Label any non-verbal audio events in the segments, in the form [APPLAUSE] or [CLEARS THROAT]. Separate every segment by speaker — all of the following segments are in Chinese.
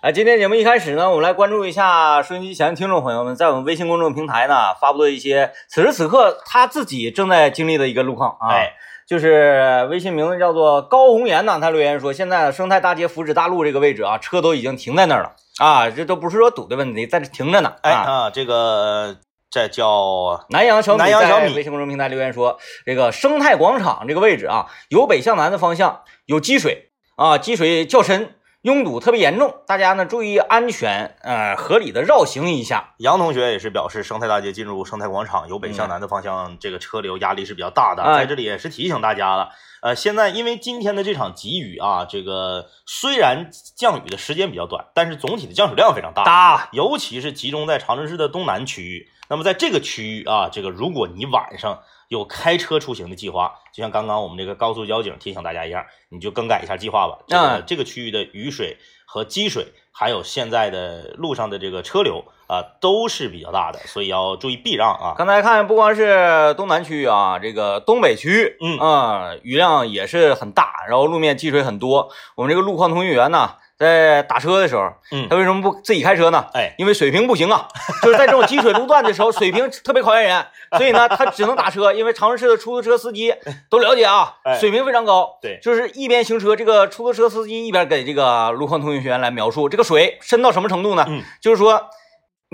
Speaker 1: 哎，今天节目一开始呢，我们来关注一下收音机前的听众朋友们，在我们微信公众平台呢发布的一些此时此刻他自己正在经历的一个路况啊。
Speaker 2: 哎，
Speaker 1: 就是微信名字叫做高红颜呢，他留言说，现在生态大街福祉大路这个位置啊，车都已经停在那儿了啊，这都不是说堵的问题，在这停着呢。
Speaker 2: 哎
Speaker 1: 啊，
Speaker 2: 啊，这个这叫
Speaker 1: 南阳小米
Speaker 2: 南阳小米
Speaker 1: 在微信公众平台留言说，这个生态广场这个位置啊，由北向南的方向有积水啊，积水较深，拥堵特别严重，大家呢注意安全，呃，合理的绕行一下。
Speaker 2: 杨同学也是表示，生态大街进入生态广场，由北向南的方向，这个车流压力是比较大的。
Speaker 1: 嗯哎
Speaker 2: 在这里也是提醒大家了，呃，现在因为今天的这场急雨啊，这个虽然降雨的时间比较短，但是总体的降水量非常大，
Speaker 1: 打
Speaker 2: 尤其是集中在长春市的东南区域。那么在这个区域啊，这个如果你晚上有开车出行的计划，就像刚刚我们这个高速交警提醒大家一样，你就更改一下计划吧。这个、
Speaker 1: 嗯
Speaker 2: 这个区域的雨水和积水，还有现在的路上的这个车流啊、都是比较大的，所以要注意避让啊。
Speaker 1: 刚才看不光是东南区域啊，这个东北区域，
Speaker 2: 嗯
Speaker 1: 啊、雨量也是很大，然后路面积水很多。我们这个路况通讯员呢，在打车的时候，
Speaker 2: 嗯
Speaker 1: 他为什么不自己开车呢？
Speaker 2: 哎，
Speaker 1: 因为水平不行啊，就是在这种积水路段的时候，水平特别考验人，所以呢，他只能打车。因为长春市的出租车司机都了解啊
Speaker 2: [LAUGHS] 哎，
Speaker 1: 水平非常高。
Speaker 2: 对
Speaker 1: 就是一边行车，这个出租车司机一边给这个路况通讯学员来描述这个水深到什么程度呢？
Speaker 2: 嗯
Speaker 1: 就是说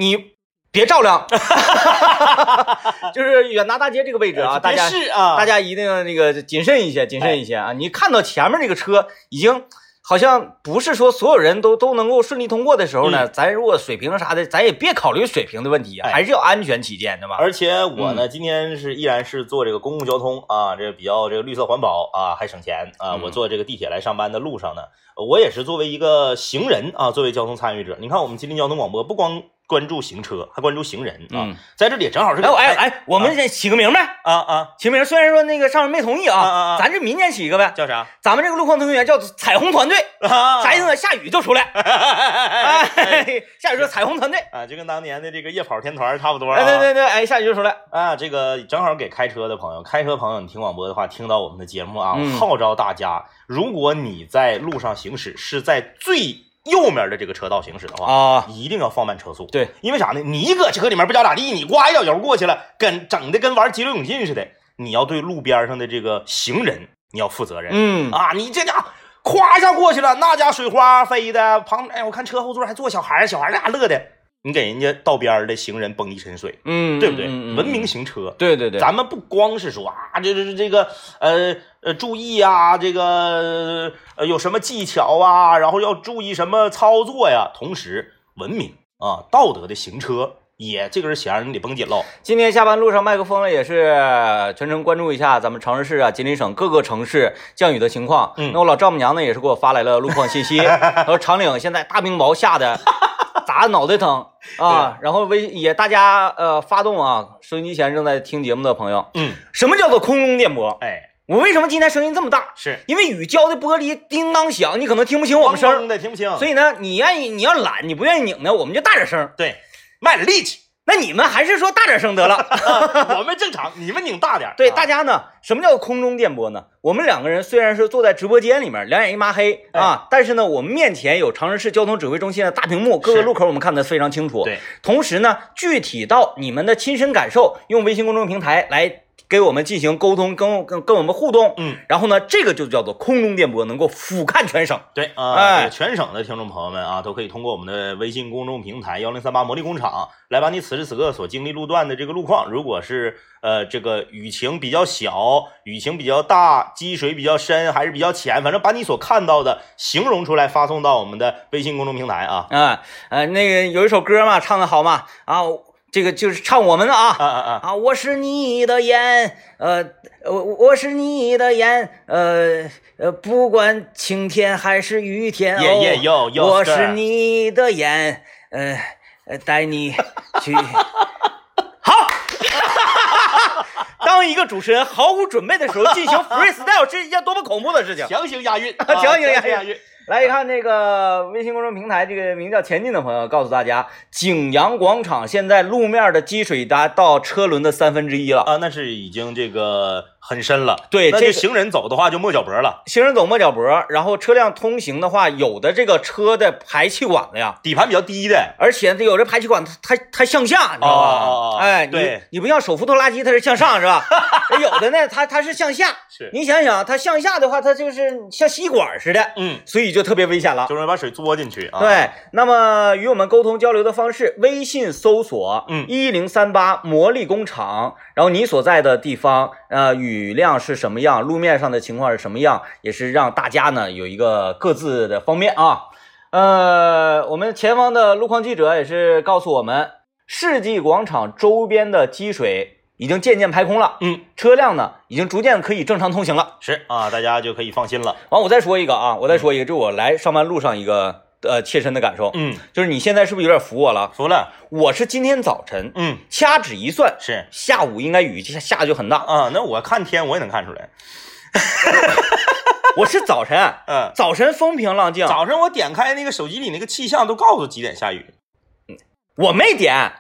Speaker 1: 你别照
Speaker 2: [LAUGHS]
Speaker 1: 亮，就是远达大街这个位置啊，大家
Speaker 2: 别试啊，哎
Speaker 1: 大家一定那个谨慎一些，谨慎一些啊！你看到前面这个车已经好像不是说所有人都都能够顺利通过的时候呢，咱如果水平啥的，咱也别考虑水平的问题，
Speaker 2: 嗯哎
Speaker 1: 还是要安全起见，对吧？
Speaker 2: 而且我呢，今天是依然是坐这个公共交通啊，这个比较这个绿色环保啊，还省钱啊。
Speaker 1: 嗯
Speaker 2: 我坐这个地铁来上班的路上呢，我也是作为一个行人啊，作为交通参与者。你看我们吉林交通广播不光关注行车，还关注行人啊。
Speaker 1: 嗯，
Speaker 2: 在这里也正好是
Speaker 1: 哎哎哎，我们这起个名呗，
Speaker 2: 啊啊
Speaker 1: 起名虽然说那个上面没同意
Speaker 2: 啊啊
Speaker 1: 啊，
Speaker 2: 啊
Speaker 1: 咱这民间起一个呗，
Speaker 2: 叫啊啥？
Speaker 1: 咱们这个路况通讯员叫彩虹团队， [LAUGHS] 啥
Speaker 2: 啥 [LAUGHS]
Speaker 1: 意思？呢？下雨就出来，哎，下雨说彩虹团队，
Speaker 2: 啊，就跟当年的这个夜跑天团差不多啊。
Speaker 1: 哎对对对，哎下雨就出来，
Speaker 2: 啊，这个正好给开车的朋友，开车朋友，你听广播的话，听到我们的节目啊，
Speaker 1: 嗯
Speaker 2: 号召大家，如果你在路上行驶是在最右面的这个车道行驶的话，
Speaker 1: 啊
Speaker 2: 一定要放慢车速。
Speaker 1: 对，
Speaker 2: 因为啥呢？你搁车里面不知道咋地，你呱一脚油过去了，跟整的跟玩激流勇进似的。你要对路边上的这个行人，你要负责任。
Speaker 1: 嗯
Speaker 2: [LAUGHS] 啊，你这家伙咵一下过去了，那家水花飞的，旁哎，我看车后座还坐小孩儿，小孩儿俩乐的，你给人家道边儿的行人崩一身水，
Speaker 1: 嗯，
Speaker 2: 对不对？
Speaker 1: 嗯
Speaker 2: 文明，行车，
Speaker 1: 对对对，
Speaker 2: 咱们不光是说啊，这这这这个呃呃注意啊，这个呃有什么技巧啊，然后要注意什么操作呀，同时文明啊道德的行车也这根弦儿你得绷紧喽。
Speaker 1: 今天下班路上麦克风呢，也是呃全程关注一下咱们长春市啊、吉林省各个城市降雨的情况。
Speaker 2: 嗯
Speaker 1: 那我老丈母娘呢也是给我发来了路况信息，然后长岭现在大冰雹下的砸得脑袋疼啊，然后微也大家呃发动啊，收音机前正在听节目的朋友，
Speaker 2: 嗯，
Speaker 1: 什么叫做空中电波？
Speaker 2: 哎，
Speaker 1: 我为什么今天声音这么大？
Speaker 2: 是
Speaker 1: 因为雨浇的玻璃叮当响，你可能听不清我们声
Speaker 2: 嗡嗡
Speaker 1: 儿，
Speaker 2: 的听不清，
Speaker 1: 所
Speaker 2: 以
Speaker 1: 以呢，你愿意你要懒，你不愿意拧呢，我们就大点声儿。
Speaker 2: 对，卖点力气，
Speaker 1: 那你们还是说大点声得了。
Speaker 2: [LAUGHS] 我们正常，你们拧大点儿。
Speaker 1: 对
Speaker 2: 啊
Speaker 1: 大家呢，什么叫空中电波呢？我们两个人虽然是坐在直播间里面，两眼一抹黑
Speaker 2: 哎
Speaker 1: 啊，但是呢，我们面前有长春市交通指挥中心的大屏幕，各个
Speaker 2: 是
Speaker 1: 路口我们看得非常清楚。
Speaker 2: 对，
Speaker 1: 同时呢，具体到你们的亲身感受，用微信公众平台来给我们进行沟通，跟跟跟我们互动。
Speaker 2: 嗯，
Speaker 1: 然后呢，这个就叫做空中电波，能够俯瞰全省。
Speaker 2: 对啊，
Speaker 1: 哎
Speaker 2: 这个全省的听众朋友们啊，都可以通过我们的微信公众平台幺零三八魔力工厂来把你此时此刻所经历路段的这个路况，如果是呃这个雨情比较小、雨情比较大、积水比较深还是比较浅，反正把你所看到的形容出来，发送到我们的微信公众平
Speaker 1: [LAUGHS]
Speaker 2: 台啊
Speaker 1: 啊、呃，那个有一首歌嘛，唱的好嘛啊，这个就是唱我们的啊
Speaker 2: 啊啊啊！
Speaker 1: 啊，我是你的眼，呃，我我是你的眼，呃呃，不管晴天还是雨天，
Speaker 2: 耶耶
Speaker 1: 哦，
Speaker 2: 哟哟，
Speaker 1: 我是你的眼，呃呃，带你去。好，当一个主持人毫无准备的时候进行 freestyle 是一件多么恐怖的事情。
Speaker 2: 强行押韵，啊
Speaker 1: [LAUGHS] 强行押韵
Speaker 2: 押韵，
Speaker 1: 来一看那个微信公众平台，这个名叫“前进”的朋友告诉大家，景阳广场现在路面的积水达到车轮的三分之一了。
Speaker 2: 啊，那是已经这个很深了。
Speaker 1: 对，
Speaker 2: 那
Speaker 1: 这
Speaker 2: 就是行人走的话就没脚脖了，
Speaker 1: 行人走没脚脖，然后车辆通行的话，有的这个车的排气管子呀，
Speaker 2: 底盘比较低的，
Speaker 1: 而且有的排气管它它它向下，你知道吧？
Speaker 2: 哦哦哦
Speaker 1: 哎，你
Speaker 2: 对
Speaker 1: 你不像手扶拖拉机，它是向上是
Speaker 2: [LAUGHS]
Speaker 1: 吧？有的呢，它它是向下，
Speaker 2: 是，
Speaker 1: 你想想，它向下的话，它就是像吸管似的，
Speaker 2: 嗯，
Speaker 1: 所以就特别危险了
Speaker 2: 就。容易把水嘬进去啊。，
Speaker 1: 对，那么与我们沟通交流的方式，微信搜索
Speaker 2: 嗯
Speaker 1: 一零三八魔力工厂，然后你所在的地方，呃，雨量是什么样，路面上的情况是什么样，也是让大家呢有一个各自的方面啊。呃，我们前方的路况记者也是告诉我们，世纪广场周边的积水已经渐渐排空了，
Speaker 2: 嗯，
Speaker 1: 车辆呢已经逐渐可以正常通行了。
Speaker 2: 是啊，大家就可以放心了。
Speaker 1: 完，我再说一个啊，我再说一个，这我来上班路上一个呃切身的感受，
Speaker 2: 嗯，
Speaker 1: 就是你现在是不是有点服我了？
Speaker 2: 服了，
Speaker 1: 我是今天早晨
Speaker 2: 嗯，
Speaker 1: 掐指一算，
Speaker 2: 是
Speaker 1: 下午应该雨下下的就很大。
Speaker 2: 啊，那我看天我也能看出来，
Speaker 1: 我是早晨，
Speaker 2: 嗯。
Speaker 1: 早晨风平浪静，
Speaker 2: 早上我点开那个手机里那个气象，都告诉几点下雨，
Speaker 1: 我没点，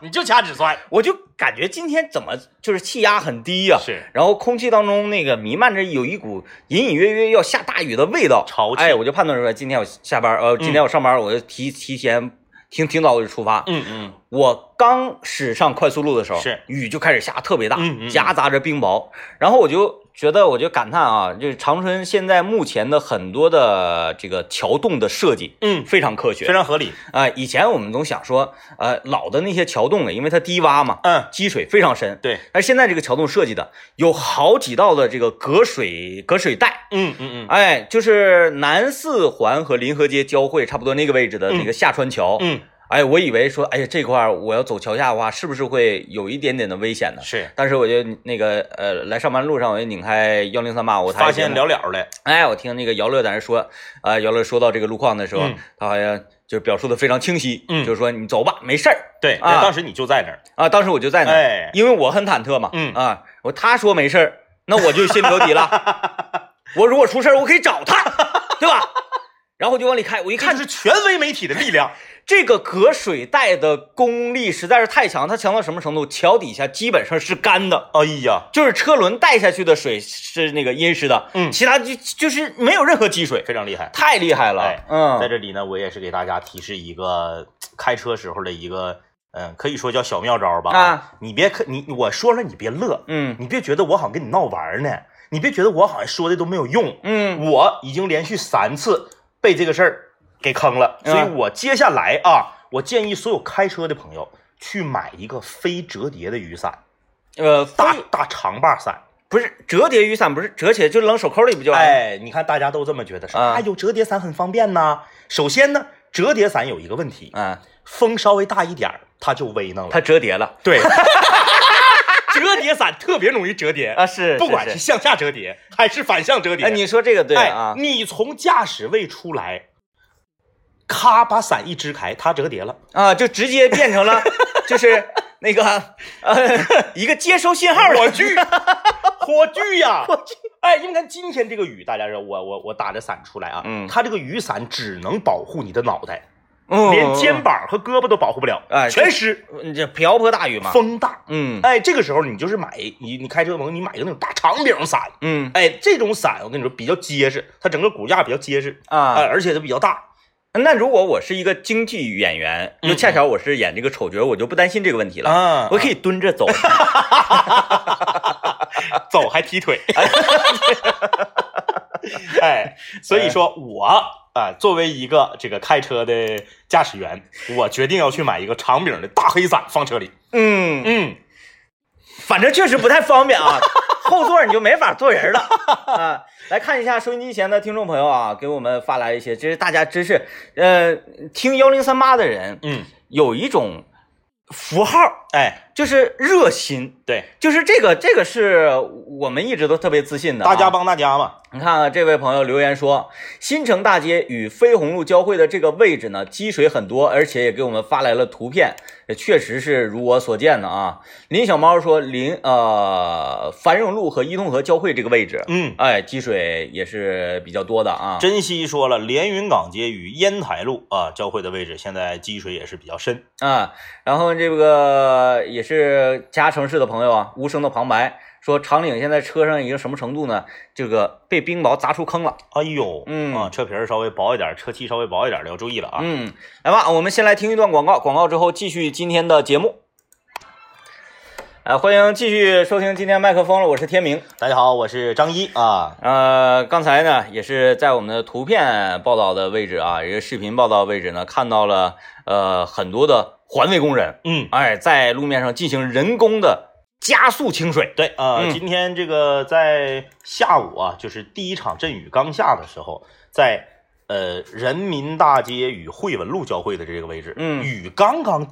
Speaker 2: 你就掐指算。
Speaker 1: 我就感觉今天怎么就是气压很低呀、
Speaker 2: 是，
Speaker 1: 然后空气当中那个弥漫着有一股隐隐约约要下大雨的味道，
Speaker 2: 潮气
Speaker 1: 哎，我就判断出来今天我下班，呃，今天我上班，我就提提前挺挺早我就出发，
Speaker 2: 嗯嗯，
Speaker 1: 我刚驶上快速路的时候，
Speaker 2: 是
Speaker 1: 雨就开始下特别大，
Speaker 2: 嗯嗯嗯
Speaker 1: 夹杂着冰雹。然后我就觉得，我就感叹啊，就是长春现在目前的很多的这个桥洞的设计，
Speaker 2: 嗯
Speaker 1: 非常科
Speaker 2: 非
Speaker 1: 学。
Speaker 2: 常合理。
Speaker 1: 啊、以前我们总想说，呃，老的那些桥洞啊，因为它低洼嘛，
Speaker 2: 嗯，
Speaker 1: 积水非常深。
Speaker 2: 对，
Speaker 1: 但是现在这个桥洞设计的有好几道的这个隔水隔水带，
Speaker 2: 嗯嗯嗯
Speaker 1: 哎，就是南四环和临河街交汇差不多那个位置的那个下穿桥，
Speaker 2: 嗯，
Speaker 1: 哎，我以为说，哎呀，这块儿我要走桥下的话，是不是会有一点点的危险呢？
Speaker 2: 是
Speaker 1: 但是我就那个呃，来上班路上我就拧开幺零三八，我
Speaker 2: 发现
Speaker 1: 聊，
Speaker 2: 了了了。
Speaker 1: 哎，我听那个姚乐在那说，呃，姚乐说到这个路况的时候，
Speaker 2: 嗯
Speaker 1: 他好像就是表述的非常清晰，
Speaker 2: 嗯
Speaker 1: 就是说你走吧，没事儿
Speaker 2: 对，
Speaker 1: 啊
Speaker 2: 那当时你就在那儿。
Speaker 1: 啊。当时我就在那儿，
Speaker 2: 哎
Speaker 1: 因为我很忐忑嘛，
Speaker 2: 嗯
Speaker 1: 啊，我他说没事儿，那我就心里有底了，
Speaker 2: [LAUGHS]
Speaker 1: 我如果出事儿，我可以找他，对吧？然后我就往里开，我一看
Speaker 2: 看是权威媒体的力量。
Speaker 1: 这个隔水带的功力实在是太强，它强到什么程度？桥底下基本上是干的，
Speaker 2: 哎呀，
Speaker 1: 就是车轮带下去的水是那个阴湿的，
Speaker 2: 嗯
Speaker 1: 其他就就是没有任何积水，
Speaker 2: 非常厉害。
Speaker 1: 太厉害了，
Speaker 2: 哎在
Speaker 1: 嗯，
Speaker 2: 这里呢，我也是给大家提示一个呃开车时候的一个，嗯，可以说叫小妙招吧。
Speaker 1: 啊，
Speaker 2: 你别看你我说了，你别乐，
Speaker 1: 嗯
Speaker 2: 你别觉得我好像跟你闹玩儿呢，你别觉得我好像说的都没有用。
Speaker 1: 嗯，
Speaker 2: 我已经连续三次被这个事儿给坑了，
Speaker 1: 嗯
Speaker 2: 所以我接下来啊，我建议所有开车的朋友去买一个非折叠的雨伞，
Speaker 1: 呃，
Speaker 2: 大
Speaker 1: 大
Speaker 2: 大长把伞。
Speaker 1: 不是折叠雨伞，不是折起来就扔手抠里不就完了？
Speaker 2: 哎，你看大家都这么觉得，说
Speaker 1: 啊
Speaker 2: 哎呦折叠伞很方便呐。首先呢，折叠伞有一个问题，
Speaker 1: 嗯，
Speaker 2: 风稍微大一点儿它就微弄了。
Speaker 1: 它折叠了
Speaker 2: 对， [LAUGHS] 折叠伞特别容易折叠，
Speaker 1: 啊，是，
Speaker 2: 不管
Speaker 1: 是
Speaker 2: 是，向下折叠还是反向折叠，
Speaker 1: 哎，你说这个对
Speaker 2: 哎，
Speaker 1: 啊，
Speaker 2: 你从驾驶位出来，咔把伞一支开，它折叠了。
Speaker 1: 啊，就直接变成
Speaker 2: [LAUGHS]
Speaker 1: 了就是那个呃一个接收信号的
Speaker 2: 火炬，火炬呀、火炬！哎，因为咱今天这个雨，大家知道，我我我打着伞出来啊，
Speaker 1: 嗯
Speaker 2: 它这个雨伞只能保护你的脑袋，
Speaker 1: 嗯
Speaker 2: 连肩膀和胳膊都保护不了，
Speaker 1: 哎
Speaker 2: 全湿，
Speaker 1: 你这瓢泼大雨嘛，
Speaker 2: 风大。
Speaker 1: 嗯
Speaker 2: 哎，这个时候你就是买你你开车的朋友，你买一个那种大长柄伞，
Speaker 1: 嗯
Speaker 2: 哎，这种伞我跟你说比较结实，它整个骨架比较结实，哎，
Speaker 1: 啊，
Speaker 2: 而且它比较大。
Speaker 1: 那如果我是一个京剧演员，
Speaker 2: 嗯
Speaker 1: 又恰巧我是演这个丑角，我就不担心这个问题了，
Speaker 2: 啊
Speaker 1: 我可以蹲着走。
Speaker 2: 走还踢 [LAUGHS] 腿。哎，所以说我啊，作为一个这个开车的驾驶员，我决定要去买一个长柄的大黑伞放车里。
Speaker 1: 嗯，
Speaker 2: 嗯，
Speaker 1: 反正确实不太方便
Speaker 2: [LAUGHS]
Speaker 1: 啊，后座你就没法坐人了啊。来看一下收音机前的听众朋友啊，给我们发来一些，这是大家真是呃，听幺零三八的人
Speaker 2: 嗯，
Speaker 1: 有一种符号，
Speaker 2: 哎，
Speaker 1: 就是热心。
Speaker 2: 对，
Speaker 1: 就是这个，这个是我们一直都特别自信的、啊。
Speaker 2: 大家帮大家嘛。
Speaker 1: 你看啊，这位朋友留言说，新城大街与飞鸿路交汇的这个位置呢，积水很多，而且也给我们发来了图片，也确实是如我所见的啊。林小猫说，林呃繁荣路和伊通河交汇这个位置，
Speaker 2: 嗯，
Speaker 1: 哎，积水也是比较多的啊。
Speaker 2: 珍惜说了，连云港街与烟台路啊交汇的位置，现在积水也是比较深。
Speaker 1: 啊，然后这个也是其他城市的朋友啊，无声的旁白说长岭现在车上已经什么程度呢？这个被冰雹砸出坑了。
Speaker 2: 哎呦，
Speaker 1: 嗯
Speaker 2: 啊，车皮儿稍微薄一点，车漆稍微薄一点的要注意了啊。
Speaker 1: 嗯，来吧，我们先来听一段广告，广告之后继续今天的节目。呃，欢迎继续收听今天麦克风了，我是天明。
Speaker 2: 大家好，我是张一啊。
Speaker 1: 呃，刚才呢也是在我们的图片报道的位置啊，也是视频报道位置呢，看到了呃很多的环卫工人，
Speaker 2: 嗯，
Speaker 1: 哎，在路面上进行人工的加速清水。
Speaker 2: 对啊、
Speaker 1: 嗯
Speaker 2: 今天这个在下午啊，就是第一场阵雨刚下的时候，在呃人民大街与惠文路交汇的这个位置，
Speaker 1: 嗯
Speaker 2: 雨刚刚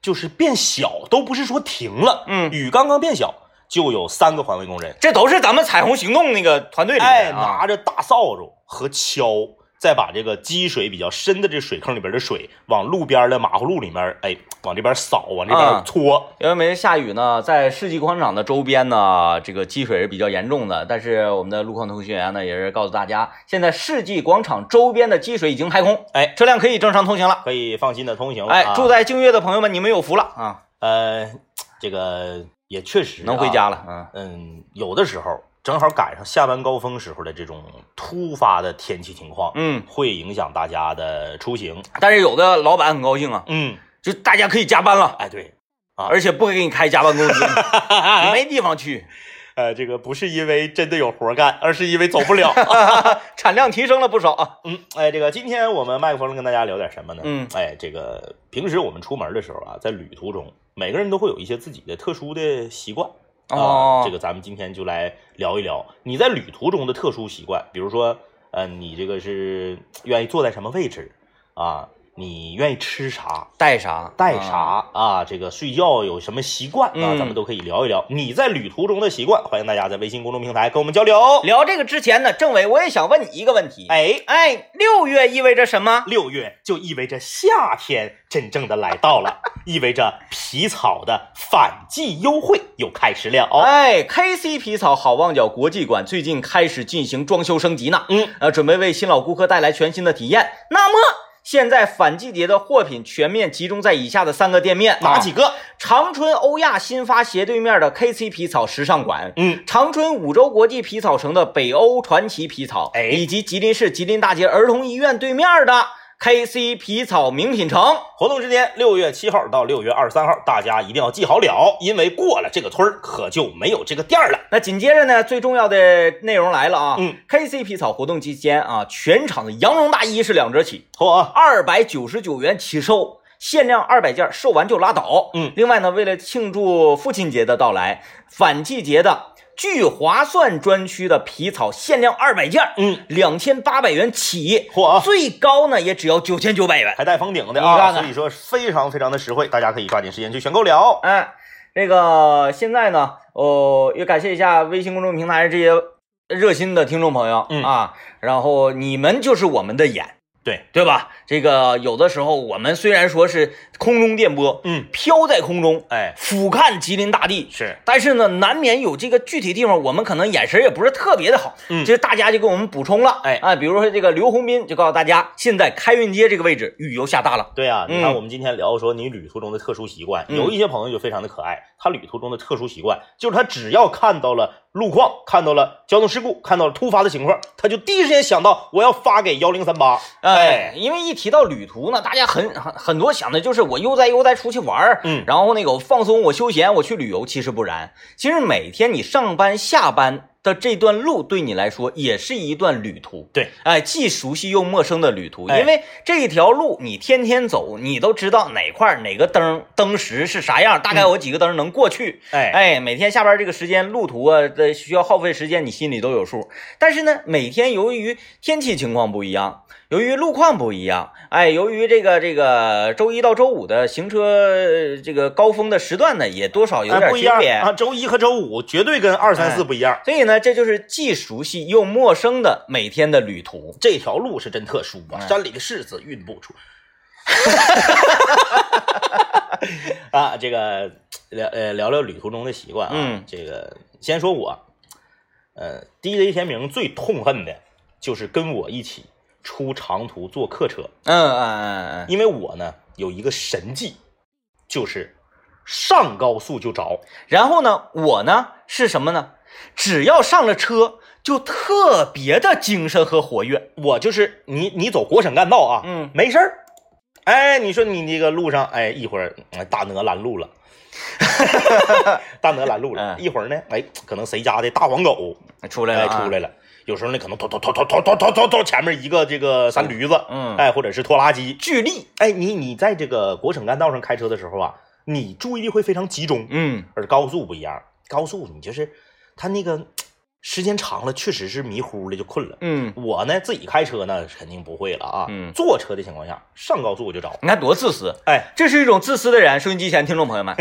Speaker 2: 就是变小，都不是说停了，
Speaker 1: 嗯
Speaker 2: 雨刚刚变小，就有三个环卫工人，
Speaker 1: 这都是咱们彩虹行动那个团队里
Speaker 2: 哎，
Speaker 1: 面啊，
Speaker 2: 拿着大扫帚和锹，再把这个积水比较深的这水坑里边的水，往路边的马葫芦里面，哎，往这边扫，往这
Speaker 1: 啊
Speaker 2: 边搓。
Speaker 1: 因为每天下雨呢，在世纪广场的周边呢，这个积水是比较严重的。但是我们的路况通讯员呢，也是告诉大家，现在世纪广场周边的积水已经排空，
Speaker 2: 哎，
Speaker 1: 车辆可以正常通行了。
Speaker 2: 可以放心的通行了、
Speaker 1: 哎
Speaker 2: 啊。，
Speaker 1: 住在静月的朋友们，你们有福了啊，
Speaker 2: 呃，这个也确实、啊
Speaker 1: 能回。家了。嗯，
Speaker 2: 嗯，有的时候正好赶上下班高峰时候的这种突发的天气情况，
Speaker 1: 嗯，
Speaker 2: 会影响大家的出行。
Speaker 1: 但是有的老板很高兴啊，
Speaker 2: 嗯，
Speaker 1: 就大家可以加班了，
Speaker 2: 哎，对， [LAUGHS]
Speaker 1: 而且不给你开加班工 [LAUGHS] 资，你没地方 [LAUGHS] 去，
Speaker 2: 呃，这个不是因为真的有活干，而是因为走不了。
Speaker 1: 产量提升了不少啊。
Speaker 2: 嗯，哎，这个今天我们麦克风跟大家聊点什么呢？
Speaker 1: 嗯
Speaker 2: 哎，这个平时我们出门的时候啊，在旅途中，每个人都会有一些自己的特殊的习惯啊、
Speaker 1: 哦
Speaker 2: 这个咱们今天就来聊一聊你在旅途中的特殊习惯，比如说，呃，你这个是愿意坐在什么位置啊？你愿意吃啥？
Speaker 1: 带啥？
Speaker 2: 带啥啊？这个睡觉有什么习惯啊？
Speaker 1: 嗯
Speaker 2: 咱们都可以聊一聊你在旅途中的习惯。欢迎大家在微信公众平台跟我们交流。
Speaker 1: 聊这个之前呢，政委，我也想问你一个问题。
Speaker 2: 哎，
Speaker 1: 哎，六月意味着什么？
Speaker 2: 六月就意味着夏天真正的来到了，意味着皮草的反季优惠又开始了哦。
Speaker 1: 哎，KC 皮草好望角国际馆最近开始进行装修升级呢，
Speaker 2: 嗯，
Speaker 1: 呃，准备为新老顾客带来全新的体验。那么，现在反季节的货品全面集中在以下的三个店面，
Speaker 2: 哪几
Speaker 1: 啊？
Speaker 2: 个？
Speaker 1: 长春欧亚新发斜对面的 KC 皮草时尚馆，
Speaker 2: 嗯，
Speaker 1: 长春五洲国际皮草城的北欧传奇皮草，
Speaker 2: 哎
Speaker 1: 以及吉林市吉林大街儿童医院对面的 KC 皮草名品城。
Speaker 2: 活动时间六月七号到六月二十三号，大家一定要记好了，因为过了这个村儿可就没有这个店儿了。
Speaker 1: 那紧接着呢，最重要的内容来了啊！
Speaker 2: 嗯
Speaker 1: ，KC 皮草活动期间啊，全场的羊绒大衣是两折起，
Speaker 2: 嚯啊，
Speaker 1: 二百九十九元起售，限量二百件，售完就拉倒。
Speaker 2: 嗯
Speaker 1: 另外呢，为了庆祝父亲节的到来，反季节的聚划算专区的皮草限量二百件，
Speaker 2: 嗯，
Speaker 1: 两千八百元起，
Speaker 2: 嚯啊，
Speaker 1: 最高呢也只要九千九百元。
Speaker 2: 还带封顶的
Speaker 1: 你
Speaker 2: 啊，
Speaker 1: 看看
Speaker 2: 所以说非常非常的实惠，大家可以抓紧时间去选购了。哦
Speaker 1: 哎，这个现在呢，哦，也感谢一下微信公众平台这些热心的听众朋友、
Speaker 2: 嗯
Speaker 1: 啊，然后你们就是我们的眼，
Speaker 2: 对
Speaker 1: 对吧？这个有的时候我们虽然说是空中电波，
Speaker 2: 嗯，
Speaker 1: 飘在空中，
Speaker 2: 哎，
Speaker 1: 俯瞰吉林大地。
Speaker 2: 是，
Speaker 1: 但是呢，难免有这个具体地方，我们可能眼神也不是特别的好，
Speaker 2: 嗯
Speaker 1: 这大家就给我们补充了，
Speaker 2: 哎
Speaker 1: 啊，比如说这个刘洪斌就告诉大家，现在开运街这个位置雨又下大了，
Speaker 2: 对啊，你看
Speaker 1: 嗯
Speaker 2: 我们今天聊说你旅途中的特殊习惯，
Speaker 1: 嗯
Speaker 2: 有一些朋友就非常的可爱，他旅途中的特殊习惯就是他只要看到了路况，看到了交通事故，看到了突发的情况，他就第一时间想到我要发给幺零三八。
Speaker 1: 哎
Speaker 2: 哎，
Speaker 1: 因为一提到旅途呢，大家很很很多想的就是我悠哉悠哉出去玩儿，
Speaker 2: 嗯
Speaker 1: 然后那个我放松，我休闲，我去旅游。其实不然，其实每天你上班下班的这段路对你来说也是一段旅途。
Speaker 2: 对，
Speaker 1: 哎，既熟悉又陌生的旅途，
Speaker 2: 哎
Speaker 1: 因为这一条路你天天走，你都知道哪块儿哪个灯灯时是啥样，大概
Speaker 2: 嗯
Speaker 1: 有几个灯能过去。
Speaker 2: 哎
Speaker 1: 哎，每天下班这个时间，路途啊的需要耗费时间，你心里都有数。但是呢，每天由于天气情况不一样，由于路况不一样，哎，由于这个这个周一到周五的行车呃这个高峰的时段呢，也多少有
Speaker 2: 哎
Speaker 1: 点
Speaker 2: 不一
Speaker 1: 区
Speaker 2: 样
Speaker 1: 别。哎
Speaker 2: 啊，周一和周五绝对跟二三四不一样。
Speaker 1: 所以呢，这就是既熟悉又陌生的每天的旅途。
Speaker 2: 这条路是真特殊啊，
Speaker 1: 哎
Speaker 2: 山里的柿子运不出。 [LAUGHS] 啊，这个聊呃聊聊旅途中的习惯啊，
Speaker 1: 嗯
Speaker 2: 这个先说我，呃，DJ 天明最痛恨的就是跟我一起出长途坐客车，
Speaker 1: 嗯嗯嗯嗯，
Speaker 2: 因为我呢有一个神技，就是上高速就着。
Speaker 1: 然后呢，我呢是什么呢？只要上了车，就特别的精神和活跃。
Speaker 2: 我就是你，你走国审干道啊，
Speaker 1: 嗯，
Speaker 2: 没事儿。哎，你说你那个路上，哎，一会儿哎大鹅拦路
Speaker 1: [LAUGHS]
Speaker 2: 了，大鹅拦路了，
Speaker 1: 嗯
Speaker 2: 一会儿呢，哎，可能谁家的大黄狗
Speaker 1: 出来了、
Speaker 2: 哎
Speaker 1: 啊，
Speaker 2: 出来了，有时候呢可能突突突突突突突突突前面一个这个山驴子，
Speaker 1: 嗯
Speaker 2: 哎，或者是拖拉机，
Speaker 1: 巨力，
Speaker 2: 哎，你你在这个国审干道上开车的时候啊，你注意力会非常集中，
Speaker 1: 嗯，
Speaker 2: 而高速不一样，高速你就是它那个时间长了，确实是迷糊了就困了。
Speaker 1: 嗯，
Speaker 2: 我呢自己开车呢肯定不会了啊，
Speaker 1: 嗯
Speaker 2: 坐车的情况下上高速我就着，
Speaker 1: 你看多自私。
Speaker 2: 哎，
Speaker 1: 这是一种自私的人，收音机前听众朋友们，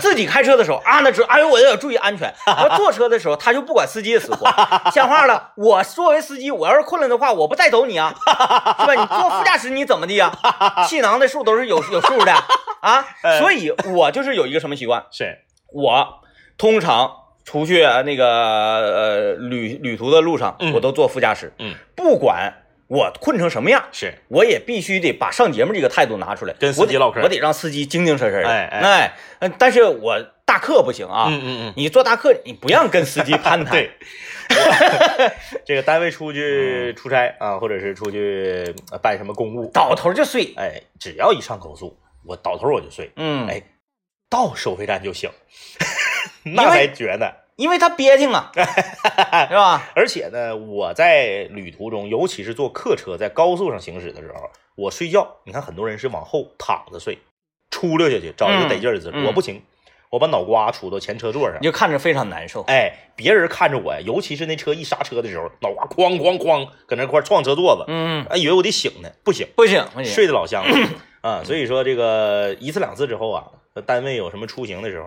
Speaker 1: 自己开车的时候啊，那只哎呦，我要注意安全。要坐车的时候，他就不管司机的死活，像话了。我作为司机，我要是困了的话，我不带走你啊，是吧？你坐副驾驶你怎么的呀？气囊的数都是有有数的啊，所以我就是有一个什么习惯，
Speaker 2: 是
Speaker 1: 我通常出去呃那个呃旅旅途的路上
Speaker 2: 嗯，
Speaker 1: 我都坐副驾驶，
Speaker 2: 嗯，
Speaker 1: 不管我困成什么样，
Speaker 2: 是，
Speaker 1: 我也必须得把上节目这个态度拿出来，
Speaker 2: 跟司机唠
Speaker 1: 我
Speaker 2: 嗑
Speaker 1: 得我得让司机精精神神的。
Speaker 2: 哎哎
Speaker 1: 哎，嗯但是我大客不行啊，
Speaker 2: 嗯嗯
Speaker 1: 你做大客你不让跟司机攀
Speaker 2: 嗯，
Speaker 1: 谈。
Speaker 2: [LAUGHS] 对，这个单位出去
Speaker 1: 嗯
Speaker 2: 出差啊，或者是出去呃办什么公务，
Speaker 1: 倒头就睡。
Speaker 2: 哎，只要一上高速，我倒头我就睡，
Speaker 1: 嗯，
Speaker 2: 哎，到收费站就醒， [LAUGHS] 那才觉得。
Speaker 1: 因为他憋挺
Speaker 2: [LAUGHS]
Speaker 1: 啊，是吧？
Speaker 2: 而且呢，我在旅途中，尤其是坐客车在高速上行驶的时候，我睡觉，你看很多人是往后躺着睡，出溜下去找一个
Speaker 1: 嗯
Speaker 2: 得劲儿的姿势，
Speaker 1: 嗯
Speaker 2: 我不行，我把脑瓜杵到前车座上
Speaker 1: 你，就看着非常难受。嗯
Speaker 2: 哎，别人看着我，尤其是那车一刹车的时候，脑瓜哐哐哐搁那块儿撞车座子，
Speaker 1: 嗯，哎
Speaker 2: 哎，以为我得醒呢，不醒，
Speaker 1: 不行不行，
Speaker 2: 睡得老香
Speaker 1: [CLEARS THROAT]
Speaker 2: 了啊。所以说这个一次两次之后啊，单位有什么出行的时候。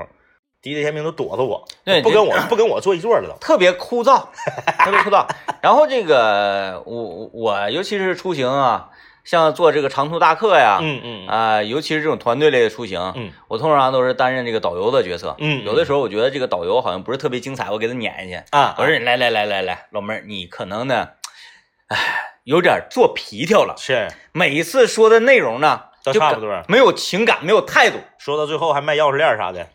Speaker 2: 迪丽天明都躲着我
Speaker 1: 对，
Speaker 2: 不
Speaker 1: 这 [CLEARS THROAT]
Speaker 2: 跟我不跟我坐一座了都。
Speaker 1: 特别枯燥，特别枯燥。然后这个我我我尤其是出行啊，像坐这个长途大客呀，
Speaker 2: 嗯嗯
Speaker 1: 啊、尤其是这种团队类的出行，
Speaker 2: 嗯，
Speaker 1: 我通常都是担任这个导游的角色。
Speaker 2: 嗯嗯
Speaker 1: 有的时候我觉得这个导游好像不是特别精彩，我给他撵一下去。
Speaker 2: 啊，
Speaker 1: 我说你来来来来来，老妹儿，你可能呢，哎，有点做皮条了。
Speaker 2: 是
Speaker 1: 每一次说的内容呢，
Speaker 2: 都
Speaker 1: 就
Speaker 2: 差
Speaker 1: 感
Speaker 2: 不多
Speaker 1: 没有情感，没有态度。
Speaker 2: 说到最后还卖钥匙链啥的，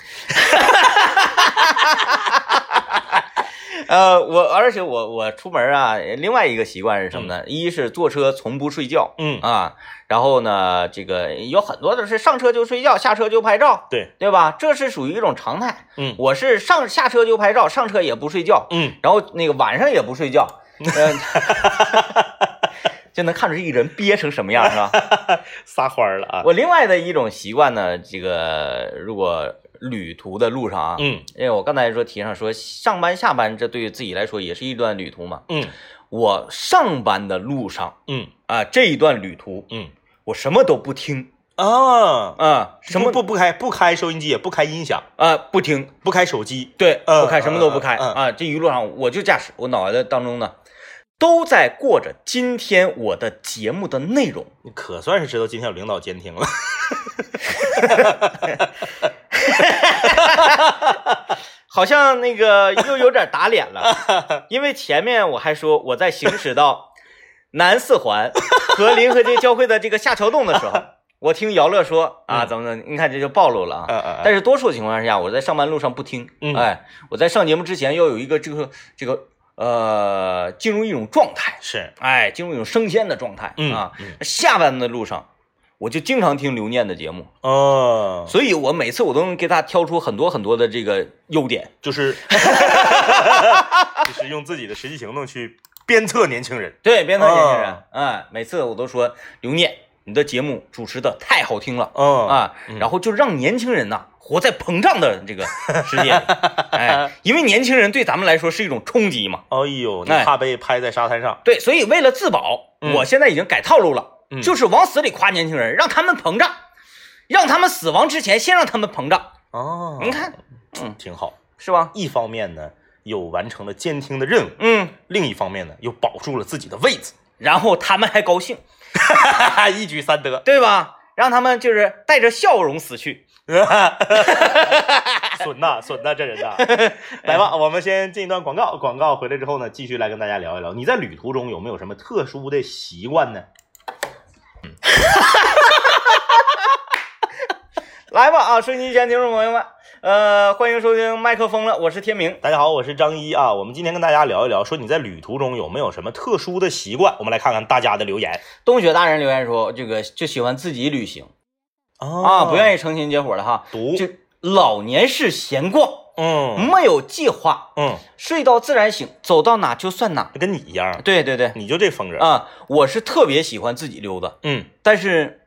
Speaker 1: 呃，我而且我我出门啊，另外一个习惯是什么呢？一是坐车从不睡觉
Speaker 2: 嗯，
Speaker 1: 啊，然后呢，这个有很多都是上车就睡觉，下车就拍照，
Speaker 2: 对，
Speaker 1: 对吧？这是属于一种常态。
Speaker 2: 嗯
Speaker 1: 我是上下车就拍照，上车也不睡觉，
Speaker 2: 嗯， [LAUGHS]
Speaker 1: 然后那个晚上也不睡觉，嗯、 [LAUGHS] 就能看出这个人憋成什么样，是吧？
Speaker 2: 撒欢儿了啊，
Speaker 1: 我另外的一种习惯呢，这个如果旅途的路上啊，
Speaker 2: 嗯
Speaker 1: 因为我刚才说提上说上班下班，这对于自己来说也是一段旅途嘛。
Speaker 2: 嗯
Speaker 1: 我上班的路上
Speaker 2: 嗯
Speaker 1: 啊，这一段旅途
Speaker 2: 嗯
Speaker 1: 我什么都不听
Speaker 2: 啊，
Speaker 1: 啊，什
Speaker 2: 什
Speaker 1: 么
Speaker 2: 么不不开不开收音机，也不开音响，
Speaker 1: 啊不听，
Speaker 2: 不开手机，
Speaker 1: 对，
Speaker 2: 嗯
Speaker 1: 不开，什么都不开、
Speaker 2: 嗯嗯
Speaker 1: 啊！这一路上我就驾驶，我脑袋当中呢，都在过着今天我的节目的内容。
Speaker 2: 你可算是知道今天有领导监听了，
Speaker 1: 好像那个又有点打脸 [LAUGHS] 了，因为前面我还说我在行驶到南四环和临河街交汇的这个下桥洞的时候，我听姚乐说啊，
Speaker 2: 嗯
Speaker 1: 怎么怎么，你看这就暴露了啊。
Speaker 2: 嗯嗯
Speaker 1: 但是多数情况下，我在上班路上不听，
Speaker 2: 嗯
Speaker 1: 哎，我在上节目之前要有一个这个这个呃，进入一种状态，
Speaker 2: 是，
Speaker 1: 哎，进入一种升仙的状态、
Speaker 2: 嗯
Speaker 1: 啊。
Speaker 2: 嗯
Speaker 1: 下班的路上，我就经常听刘念的节目，
Speaker 2: 哦，
Speaker 1: 所以我每次我都能给他挑出很多很多的这个优点。
Speaker 2: 就是 [LAUGHS] 就是用自己的实际行动去鞭策年轻人，
Speaker 1: 对，边头年轻人
Speaker 2: 哦，
Speaker 1: 哎，每次我都说刘念，你的节目主持的太好听了
Speaker 2: 嗯
Speaker 1: 啊，然后就让年轻人呐活在膨胀的这个世
Speaker 2: [LAUGHS]
Speaker 1: 界里，哎，因为年轻人对咱们来说是一种冲击嘛。
Speaker 2: 哎呦，你
Speaker 1: 哎
Speaker 2: 怕被拍在沙滩上，
Speaker 1: 对，所以为了自保，
Speaker 2: 嗯
Speaker 1: 我现在已经改套路了，
Speaker 2: 嗯
Speaker 1: 就是往死里夸年轻人，让他们膨胀，让他们死亡之前先让他们膨胀。
Speaker 2: 哦，
Speaker 1: 你看嗯
Speaker 2: 挺好，
Speaker 1: 是吧？
Speaker 2: 一方面呢有完成了监听的任务，
Speaker 1: 嗯，
Speaker 2: 另一方面呢又保住了自己的位置，
Speaker 1: 然后他们还高兴，
Speaker 2: [LAUGHS] 一举三得。
Speaker 1: 对吧？让他们就是带着笑容死去。
Speaker 2: 损呐，损呐，这 [LAUGHS] 人呐！来吧，我们先进一段广告，广告回来之后呢，继续来跟大家聊一聊，你在旅途中有没有什么特殊的习惯呢？
Speaker 1: 来吧啊，收音机前听众朋友们，呃，欢迎收听麦克风了，我是天明。
Speaker 2: 大家好，我是张一啊。我们今天跟大家聊一聊，说你在旅途中有没有什么特殊的习惯？我们来看看大家的留言
Speaker 1: 冬雪大人留言说，这个就喜欢自己旅行啊，
Speaker 2: 啊
Speaker 1: 不
Speaker 2: 意
Speaker 1: 愿意成群结伙的哈，
Speaker 2: 读，
Speaker 1: 就老年是闲逛，
Speaker 2: 嗯
Speaker 1: 没有计划，
Speaker 2: 嗯，
Speaker 1: 睡到自然醒，走到哪就算哪。
Speaker 2: 跟你一样，
Speaker 1: 对对对，
Speaker 2: 你就这风格，
Speaker 1: 啊，我是特别喜欢自己溜达，
Speaker 2: 嗯，
Speaker 1: 但是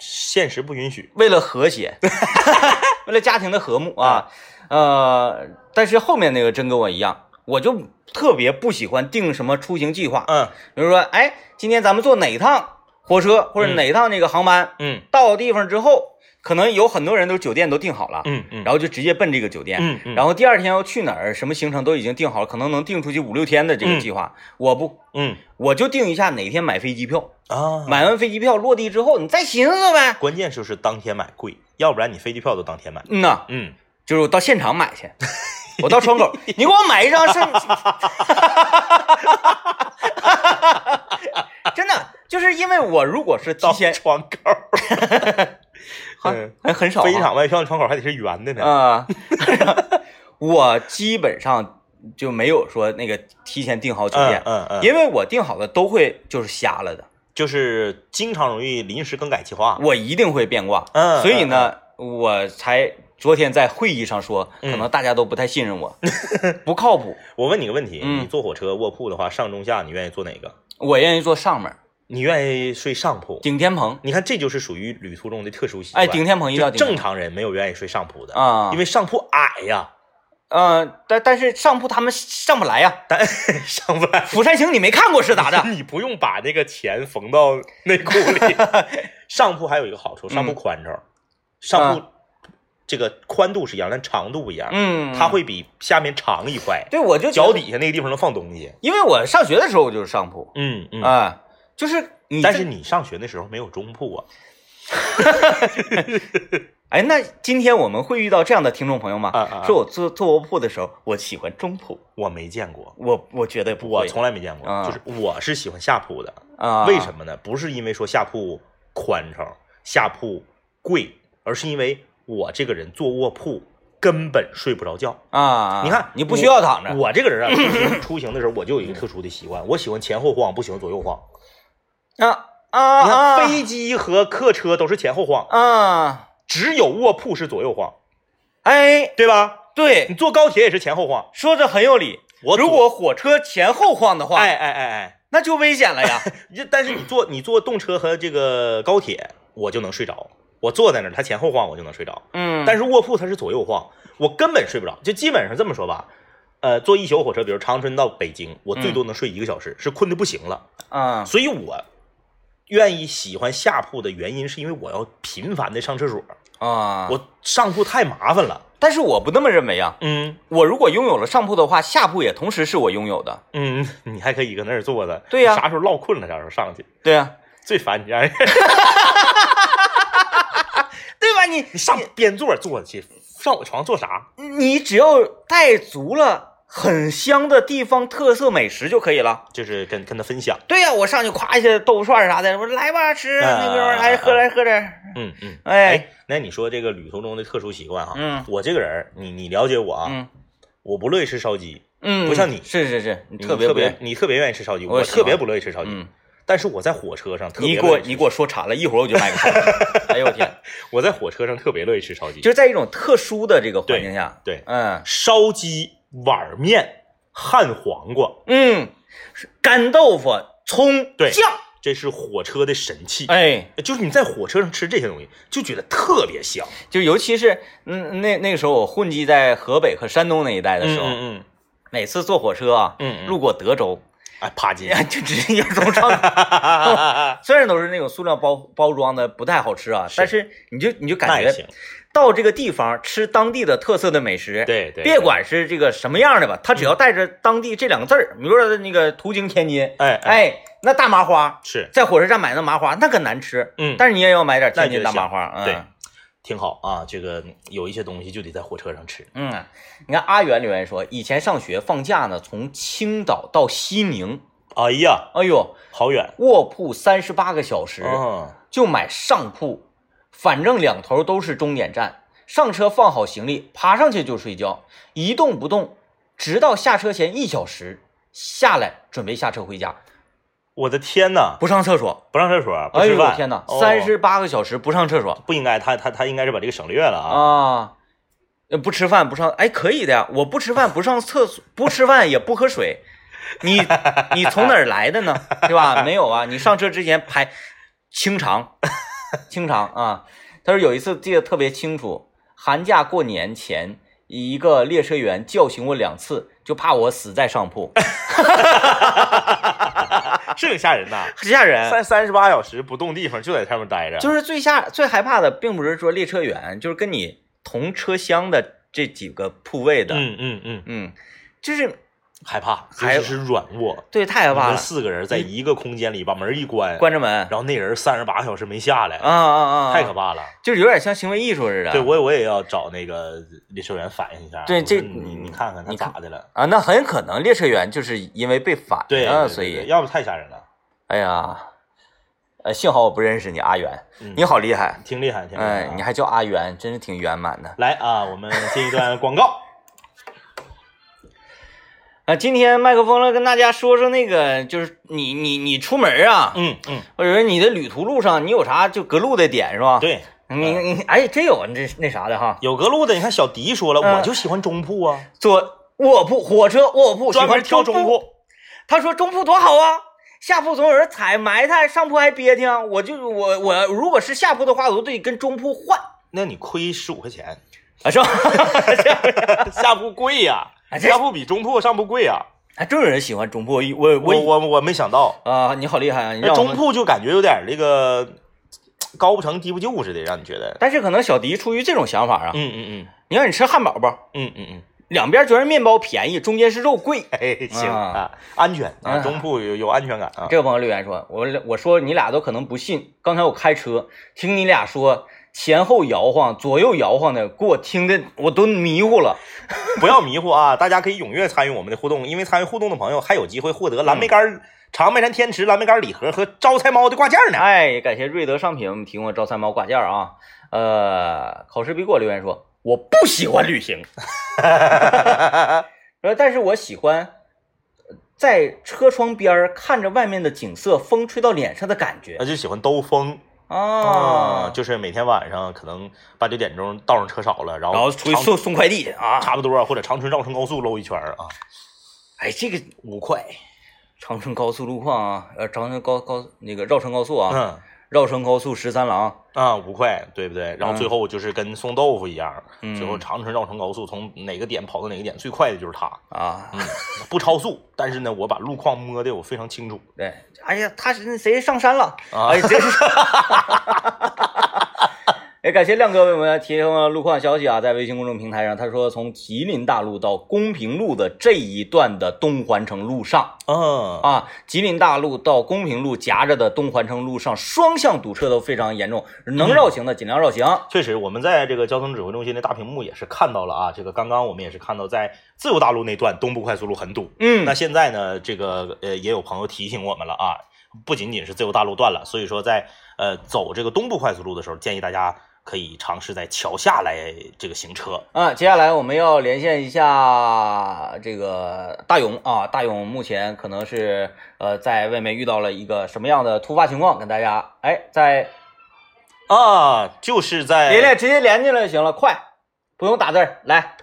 Speaker 2: 现实不允许，
Speaker 1: 为了和谐， [LAUGHS] 为了家庭的和睦啊，呃，但是后面那个真跟我一样，我就特别不喜欢定什么出行计划，
Speaker 2: 嗯
Speaker 1: 比如说，哎，今天咱们坐哪一趟火车或者
Speaker 2: 嗯
Speaker 1: 哪一趟那个航班，
Speaker 2: 嗯
Speaker 1: 到地方之后，可能有很多人都酒店都订好了，
Speaker 2: 嗯嗯，
Speaker 1: 然后就直接奔这个酒店。
Speaker 2: 嗯嗯，
Speaker 1: 然后第二天要去哪儿，什么行程都已经定好了，可能能定出去五六天的这个
Speaker 2: 嗯
Speaker 1: 计划。我不，
Speaker 2: 嗯
Speaker 1: 我就定一下哪天买飞机票，
Speaker 2: 啊，
Speaker 1: 买完飞机票落地之后，你再寻思呗。
Speaker 2: 关键就是当天买贵，要不然你飞机票都当天买，
Speaker 1: 嗯呐，
Speaker 2: 嗯，
Speaker 1: 就是我到现场买去，我到窗口，你给我买一张是，真的，就是因为我如果是提
Speaker 2: 到
Speaker 1: 前，
Speaker 2: 窗口， [LAUGHS] 嗯
Speaker 1: 很很少啊
Speaker 2: 飞机场外票的窗口还得是圆的呢，
Speaker 1: 啊， [LAUGHS] 我基本上就没有说那个提前订好酒
Speaker 2: 嗯
Speaker 1: 店，
Speaker 2: 嗯嗯，
Speaker 1: 因为我订好的都会就是瞎了的，
Speaker 2: 就是经常容易临时更改计划，
Speaker 1: 我一定会变卦，
Speaker 2: 嗯嗯
Speaker 1: 所以呢，我才昨天在会议上说，可能大家都不太信任我，不靠谱，
Speaker 2: 我问你个问题，
Speaker 1: 嗯
Speaker 2: 你坐火车卧铺的话，上中下你愿意坐哪个？
Speaker 1: 我愿意坐上面
Speaker 2: 你愿意睡上铺？
Speaker 1: 顶天棚。
Speaker 2: 你看，这就是属于旅途中的特殊习惯。
Speaker 1: 哎，顶天棚一定
Speaker 2: 就
Speaker 1: 要顶天
Speaker 2: 正
Speaker 1: 棚
Speaker 2: 常人没有愿意睡上铺的，
Speaker 1: 啊，
Speaker 2: 因为上铺矮呀， [LAUGHS]
Speaker 1: 呃，但但是上铺他们上不来呀，
Speaker 2: 但上不来。
Speaker 1: 《釜山行》你没看过是咋
Speaker 2: [LAUGHS]
Speaker 1: 的？
Speaker 2: 你不用把那个钱缝到内裤
Speaker 1: [LAUGHS]
Speaker 2: 里。上铺还有一个好处，上铺
Speaker 1: 嗯
Speaker 2: 宽敞，上铺这个宽度是一样，但长度不一样。
Speaker 1: 嗯，
Speaker 2: 它会比下面长一块，
Speaker 1: 对我就觉得
Speaker 2: 脚，底下那个地方能放东西。
Speaker 1: 因为我上学的时候我就是上铺
Speaker 2: 嗯嗯。
Speaker 1: 啊，就是你
Speaker 2: 但
Speaker 1: 这
Speaker 2: 是你上学那时候没有中铺啊
Speaker 1: 哎，那今天我们会遇到这样的听众朋友吗？
Speaker 2: 啊啊啊
Speaker 1: 说我坐坐卧铺的时候，我喜欢中铺，
Speaker 2: 我没见过，
Speaker 1: 我我绝对不
Speaker 2: 我
Speaker 1: 会
Speaker 2: 从来没见过。
Speaker 1: 啊
Speaker 2: 就是我是喜欢下铺的，
Speaker 1: 啊，
Speaker 2: 为什？么呢？不是因为说下铺宽敞、下铺贵，而是因为我这个人坐卧铺根本睡不着觉。
Speaker 1: 啊，
Speaker 2: 你看，
Speaker 1: 你不需要躺着，
Speaker 2: 我这个人啊，出
Speaker 1: [LAUGHS]
Speaker 2: 行出行的时候我就有一个特殊的习惯，我喜欢前后晃，不喜欢左右晃。
Speaker 1: 啊
Speaker 2: 你
Speaker 1: 啊
Speaker 2: 看，
Speaker 1: 啊
Speaker 2: 飞机和客车都是前后晃，
Speaker 1: 啊，
Speaker 2: 只有卧铺是左右晃，
Speaker 1: 哎，
Speaker 2: 对吧？你
Speaker 1: 对，
Speaker 2: 坐高铁也是前后晃。
Speaker 1: 说的很有理。
Speaker 2: 我
Speaker 1: 如
Speaker 2: 左
Speaker 1: 果火车前后晃的话，
Speaker 2: 哎哎哎哎，
Speaker 1: 那就危险了
Speaker 2: [LAUGHS]
Speaker 1: 呀。
Speaker 2: 你这但是你坐你坐动车和这个高铁，我就能睡着。我坐在那儿，它前后晃，我就能睡着。
Speaker 1: 嗯，
Speaker 2: 但
Speaker 1: 是
Speaker 2: 是卧铺它是左右晃，我根本睡不着。就基本上这么说吧，呃，坐一宿火车，比如长春到北京，我
Speaker 1: 嗯
Speaker 2: 最多能睡一个小时，是困的不行了。
Speaker 1: 啊，
Speaker 2: 所以我愿意喜欢下铺的原因，是因为我要频繁的上厕所，
Speaker 1: 啊，
Speaker 2: 我上铺太麻烦了。
Speaker 1: 但是我不那么认为啊。
Speaker 2: 嗯
Speaker 1: 我如果拥有了上铺的话，下铺也同时是我拥有的。
Speaker 2: 嗯，你还可以搁那儿坐着，
Speaker 1: 对呀
Speaker 2: 啥时候落困了，啥时候上去。
Speaker 1: 对啊，
Speaker 2: 最烦你这样人，
Speaker 1: 对吧？你
Speaker 2: 你 [LAUGHS] 上边座坐着去，上我床做啥？
Speaker 1: 你只要带足了很香的地方特色美食就可以了。
Speaker 2: 就是跟跟他分享。
Speaker 1: 对呀、我上去夸一些豆腐串啥的，我说来吧吃，
Speaker 2: 啊
Speaker 1: 那边来喝来喝点。
Speaker 2: 嗯嗯，
Speaker 1: 哎，
Speaker 2: 哎，那你说这个旅途中的特殊习惯啊，
Speaker 1: 嗯
Speaker 2: 我这个人儿，你你了解我啊，
Speaker 1: 嗯
Speaker 2: 我不乐意吃烧鸡，
Speaker 1: 嗯，
Speaker 2: 不像你
Speaker 1: 是是是，你
Speaker 2: 你
Speaker 1: 特别
Speaker 2: 别特
Speaker 1: 不愿意
Speaker 2: 你特别愿意吃烧鸡，
Speaker 1: 我
Speaker 2: 我
Speaker 1: 喜欢
Speaker 2: 特别不乐意吃烧鸡，
Speaker 1: 嗯，
Speaker 2: 但是我在火车上特
Speaker 1: 你
Speaker 2: 别
Speaker 1: 给我
Speaker 2: 乐意吃
Speaker 1: 你给我说馋了，一会儿我就买个串儿。 [LAUGHS] 哎呦我天，
Speaker 2: 我在火车上特别乐意吃烧鸡，
Speaker 1: 就是在一种特殊的这个环境下，
Speaker 2: 对，
Speaker 1: 嗯
Speaker 2: 烧鸡、碗面、旱黄瓜，
Speaker 1: 嗯，是干豆腐、葱、
Speaker 2: 对
Speaker 1: 酱，
Speaker 2: 这是火车的神器。
Speaker 1: 哎。
Speaker 2: 就是你在火车上吃这些东西，就觉得特别香。
Speaker 1: 就尤其是嗯那那个时候我混迹在河北和山东那一带的时候，
Speaker 2: 嗯嗯，
Speaker 1: 每次坐火车啊，
Speaker 2: 嗯嗯
Speaker 1: 路过德州，
Speaker 2: 哎，啪叽，
Speaker 1: 就直接就从窗口， [LAUGHS] 虽然都是那种塑料包包装的，不太好吃啊，
Speaker 2: 是
Speaker 1: 但是你就你就 [LAUGHS]
Speaker 2: 那
Speaker 1: 感
Speaker 2: 也
Speaker 1: 觉
Speaker 2: 行。
Speaker 1: 到这个地方吃当地的特色的美食，
Speaker 2: 对对嗯
Speaker 1: 别管是这个什么样的吧，它只要带着当地这两个字儿，比如说那个途经天津，
Speaker 2: 哎哎，
Speaker 1: 哎，那大麻花。
Speaker 2: 是，
Speaker 1: 在火车站买那麻花，那可难吃，
Speaker 2: 嗯
Speaker 1: 但是你也要买点天津
Speaker 2: 那
Speaker 1: 大
Speaker 2: 就
Speaker 1: 麻花，嗯，
Speaker 2: 对，挺好啊。这个有一些东西就得在火车上吃。
Speaker 1: 嗯，你看阿元留言说，以前上学放假呢，从青岛到西宁，
Speaker 2: 哎呀，
Speaker 1: 哎呦，
Speaker 2: 好远
Speaker 1: 卧铺三十八个小时，
Speaker 2: 啊！
Speaker 1: 就买上铺，反正两头都是终点站。上车放好行李，爬上去就睡觉，一动不动，直到下车前一小时下来，准备下车回家，
Speaker 2: 我的天呐，
Speaker 1: 不上厕所。
Speaker 2: 不上厕所，不
Speaker 1: 哎
Speaker 2: 吃
Speaker 1: 呦我
Speaker 2: 饭，
Speaker 1: 天哪，
Speaker 2: 哦
Speaker 1: 三十八个小时不上厕所
Speaker 2: 不应该，他他他应该是把这个省略了啊。
Speaker 1: 啊！呃不吃饭不上，哎，可以的呀。我不吃饭不上厕所，不吃饭也不喝水，你你从哪儿来的呢？对吧？没有啊，你上车之前排清肠，清肠啊。他说有一次记得特别清楚，寒假过年前，一个列车员叫醒我两次，就怕我死在上铺，啊
Speaker 2: 这个吓人呐，
Speaker 1: 很吓人。
Speaker 2: 三三十八小时不动地方，就在上面待着，
Speaker 1: 就是最吓最害怕的，并不是说列车员，就是跟你同车厢的这几个铺位的，
Speaker 2: 嗯嗯嗯，
Speaker 1: 嗯就是
Speaker 2: 害怕，
Speaker 1: 还
Speaker 2: 尤其是软卧，
Speaker 1: 对太害
Speaker 2: 你
Speaker 1: 怕
Speaker 2: 们
Speaker 1: 了，
Speaker 2: 四个人在一个空间里，把门一关，
Speaker 1: 关着门，
Speaker 2: 然后那人三十八小时没下来
Speaker 1: 啊，啊啊，
Speaker 2: 太可
Speaker 1: 怕，
Speaker 2: 怕了。
Speaker 1: 就是有点像行为艺术似的。
Speaker 2: 对我我也要找那个列车员反映一下，
Speaker 1: 对
Speaker 2: 我说
Speaker 1: 这
Speaker 2: 你你看看他
Speaker 1: 你看
Speaker 2: 咋的了？
Speaker 1: 啊，那很可能列车员就是因为被反
Speaker 2: 对，
Speaker 1: 了，
Speaker 2: 对
Speaker 1: 啊所
Speaker 2: 对
Speaker 1: 以
Speaker 2: 要不太吓人了。
Speaker 1: 哎呀，呃，幸好我不认识你阿元，
Speaker 2: 嗯
Speaker 1: 你好厉害，
Speaker 2: 挺厉害，挺厉害
Speaker 1: 哎，
Speaker 2: 啊。
Speaker 1: 你还叫阿元，真是挺圆满的。
Speaker 2: 来啊，我们进一段广
Speaker 1: [LAUGHS]
Speaker 2: 告。
Speaker 1: 啊，今天麦克风了，跟大家说说那个，就是你你你出门啊，
Speaker 2: 嗯嗯，
Speaker 1: 或者说你的旅途路上，你有啥就隔路的点是吧？。
Speaker 2: 对，
Speaker 1: 你你哎，真有这那啥的哈，
Speaker 2: 有隔路的，你看小迪说了，
Speaker 1: 嗯
Speaker 2: 我就喜欢中铺啊，
Speaker 1: 坐卧铺火车卧铺，
Speaker 2: 专门
Speaker 1: 喜欢
Speaker 2: 挑中
Speaker 1: 铺。
Speaker 2: 铺。
Speaker 1: 他说中铺多好啊，下铺总有人踩埋汰，上铺还憋挺。我就我我如果是下铺的话，我就得跟中铺换
Speaker 2: 那你亏十五块钱， [LAUGHS]
Speaker 1: 啊， [LAUGHS] 是吧？
Speaker 2: 下铺贵呀、
Speaker 1: 哎这
Speaker 2: 下铺比中铺上铺贵呀、
Speaker 1: 还哎真有人喜欢中铺，我
Speaker 2: 我
Speaker 1: 我
Speaker 2: 我我没想到，
Speaker 1: 啊，你好厉害啊！你
Speaker 2: 那
Speaker 1: 让我
Speaker 2: 中
Speaker 1: 们，
Speaker 2: 铺就感觉有点这个高不成低不就似的，让你觉得。
Speaker 1: 但是可能小迪出于这种想法啊，
Speaker 2: 嗯嗯
Speaker 1: 你看你吃汉堡包，
Speaker 2: 嗯嗯嗯嗯，
Speaker 1: 两边全是面包便宜，中间是肉贵。
Speaker 2: [LAUGHS] 哎，行
Speaker 1: 啊
Speaker 2: 啊，安全啊，
Speaker 1: 啊
Speaker 2: 中铺有有安全感啊。
Speaker 1: 这个朋友留言说：“我我说你俩都可能不信，刚才我开车听你俩说前后摇晃、左右摇晃的，给我听的我都迷糊了。
Speaker 2: 不要迷糊啊！大家可以踊跃参与我们的互动，因为参与互动的朋友还有机会获得蓝莓干
Speaker 1: 嗯
Speaker 2: 儿、长白山天池蓝莓干儿礼盒和招财猫的挂件
Speaker 1: [LAUGHS]
Speaker 2: 呢。
Speaker 1: 哎，也感谢瑞德商品提供的招财猫挂件啊。呃，考试必过留言说我不喜欢旅
Speaker 2: [LAUGHS]
Speaker 1: 行，呃，但是我喜欢在车窗边儿看着外面的景色，风吹到脸上的感觉
Speaker 2: 那就喜欢兜风
Speaker 1: 啊，
Speaker 2: 哦就是每天晚上可能八九点钟道上车少了，然后
Speaker 1: 然后出去
Speaker 2: 长
Speaker 1: 送送快递去啊。
Speaker 2: 差不多啊或者长春绕城高速搂一圈儿啊，
Speaker 1: 哎，这个
Speaker 2: 五块。
Speaker 1: 长城高速路况啊，呃，长城高高那个绕城高速啊，
Speaker 2: 嗯
Speaker 1: 绕城高速十三郎，
Speaker 2: 啊，五块，对不对？然后最后就是跟送豆腐一样，
Speaker 1: 嗯
Speaker 2: 最后长春绕城高速从哪个点跑到哪个点最快的就是它，
Speaker 1: 啊，
Speaker 2: 嗯，不超速，但是呢，我把路况摸的我非常清楚。
Speaker 1: 对，哎呀，他是那谁上山了？
Speaker 2: 啊
Speaker 1: 哎，真是。哎，感谢亮哥为我们提供了路况消息啊，在微信公众平台上，他说从吉林大路到公平路的这一段的东环城路上
Speaker 2: 嗯
Speaker 1: 啊，吉林大路到公平路夹着的东环城路上，双向堵车都非常严重，能绕行的尽量绕行。
Speaker 2: 确实，我们在这个交通指挥中心的大屏幕也是看到了啊，这个刚刚我们也是看到，在自由大路那段东部快速路很堵。
Speaker 1: 嗯
Speaker 2: 那现在呢，这个呃也有朋友提醒我们了啊，不仅仅是自由大路段了，所以说在呃走这个东部快速路的时候，建议大家可以尝试在桥下来这个行车。
Speaker 1: 啊，接下来我们要连线一下这个大勇啊，大勇目前可能是呃在外面遇到了一个什么样的突发情况，跟大家哎在
Speaker 2: 啊，就是在哎
Speaker 1: 连连直接连进来就行了，快，不用打字儿，来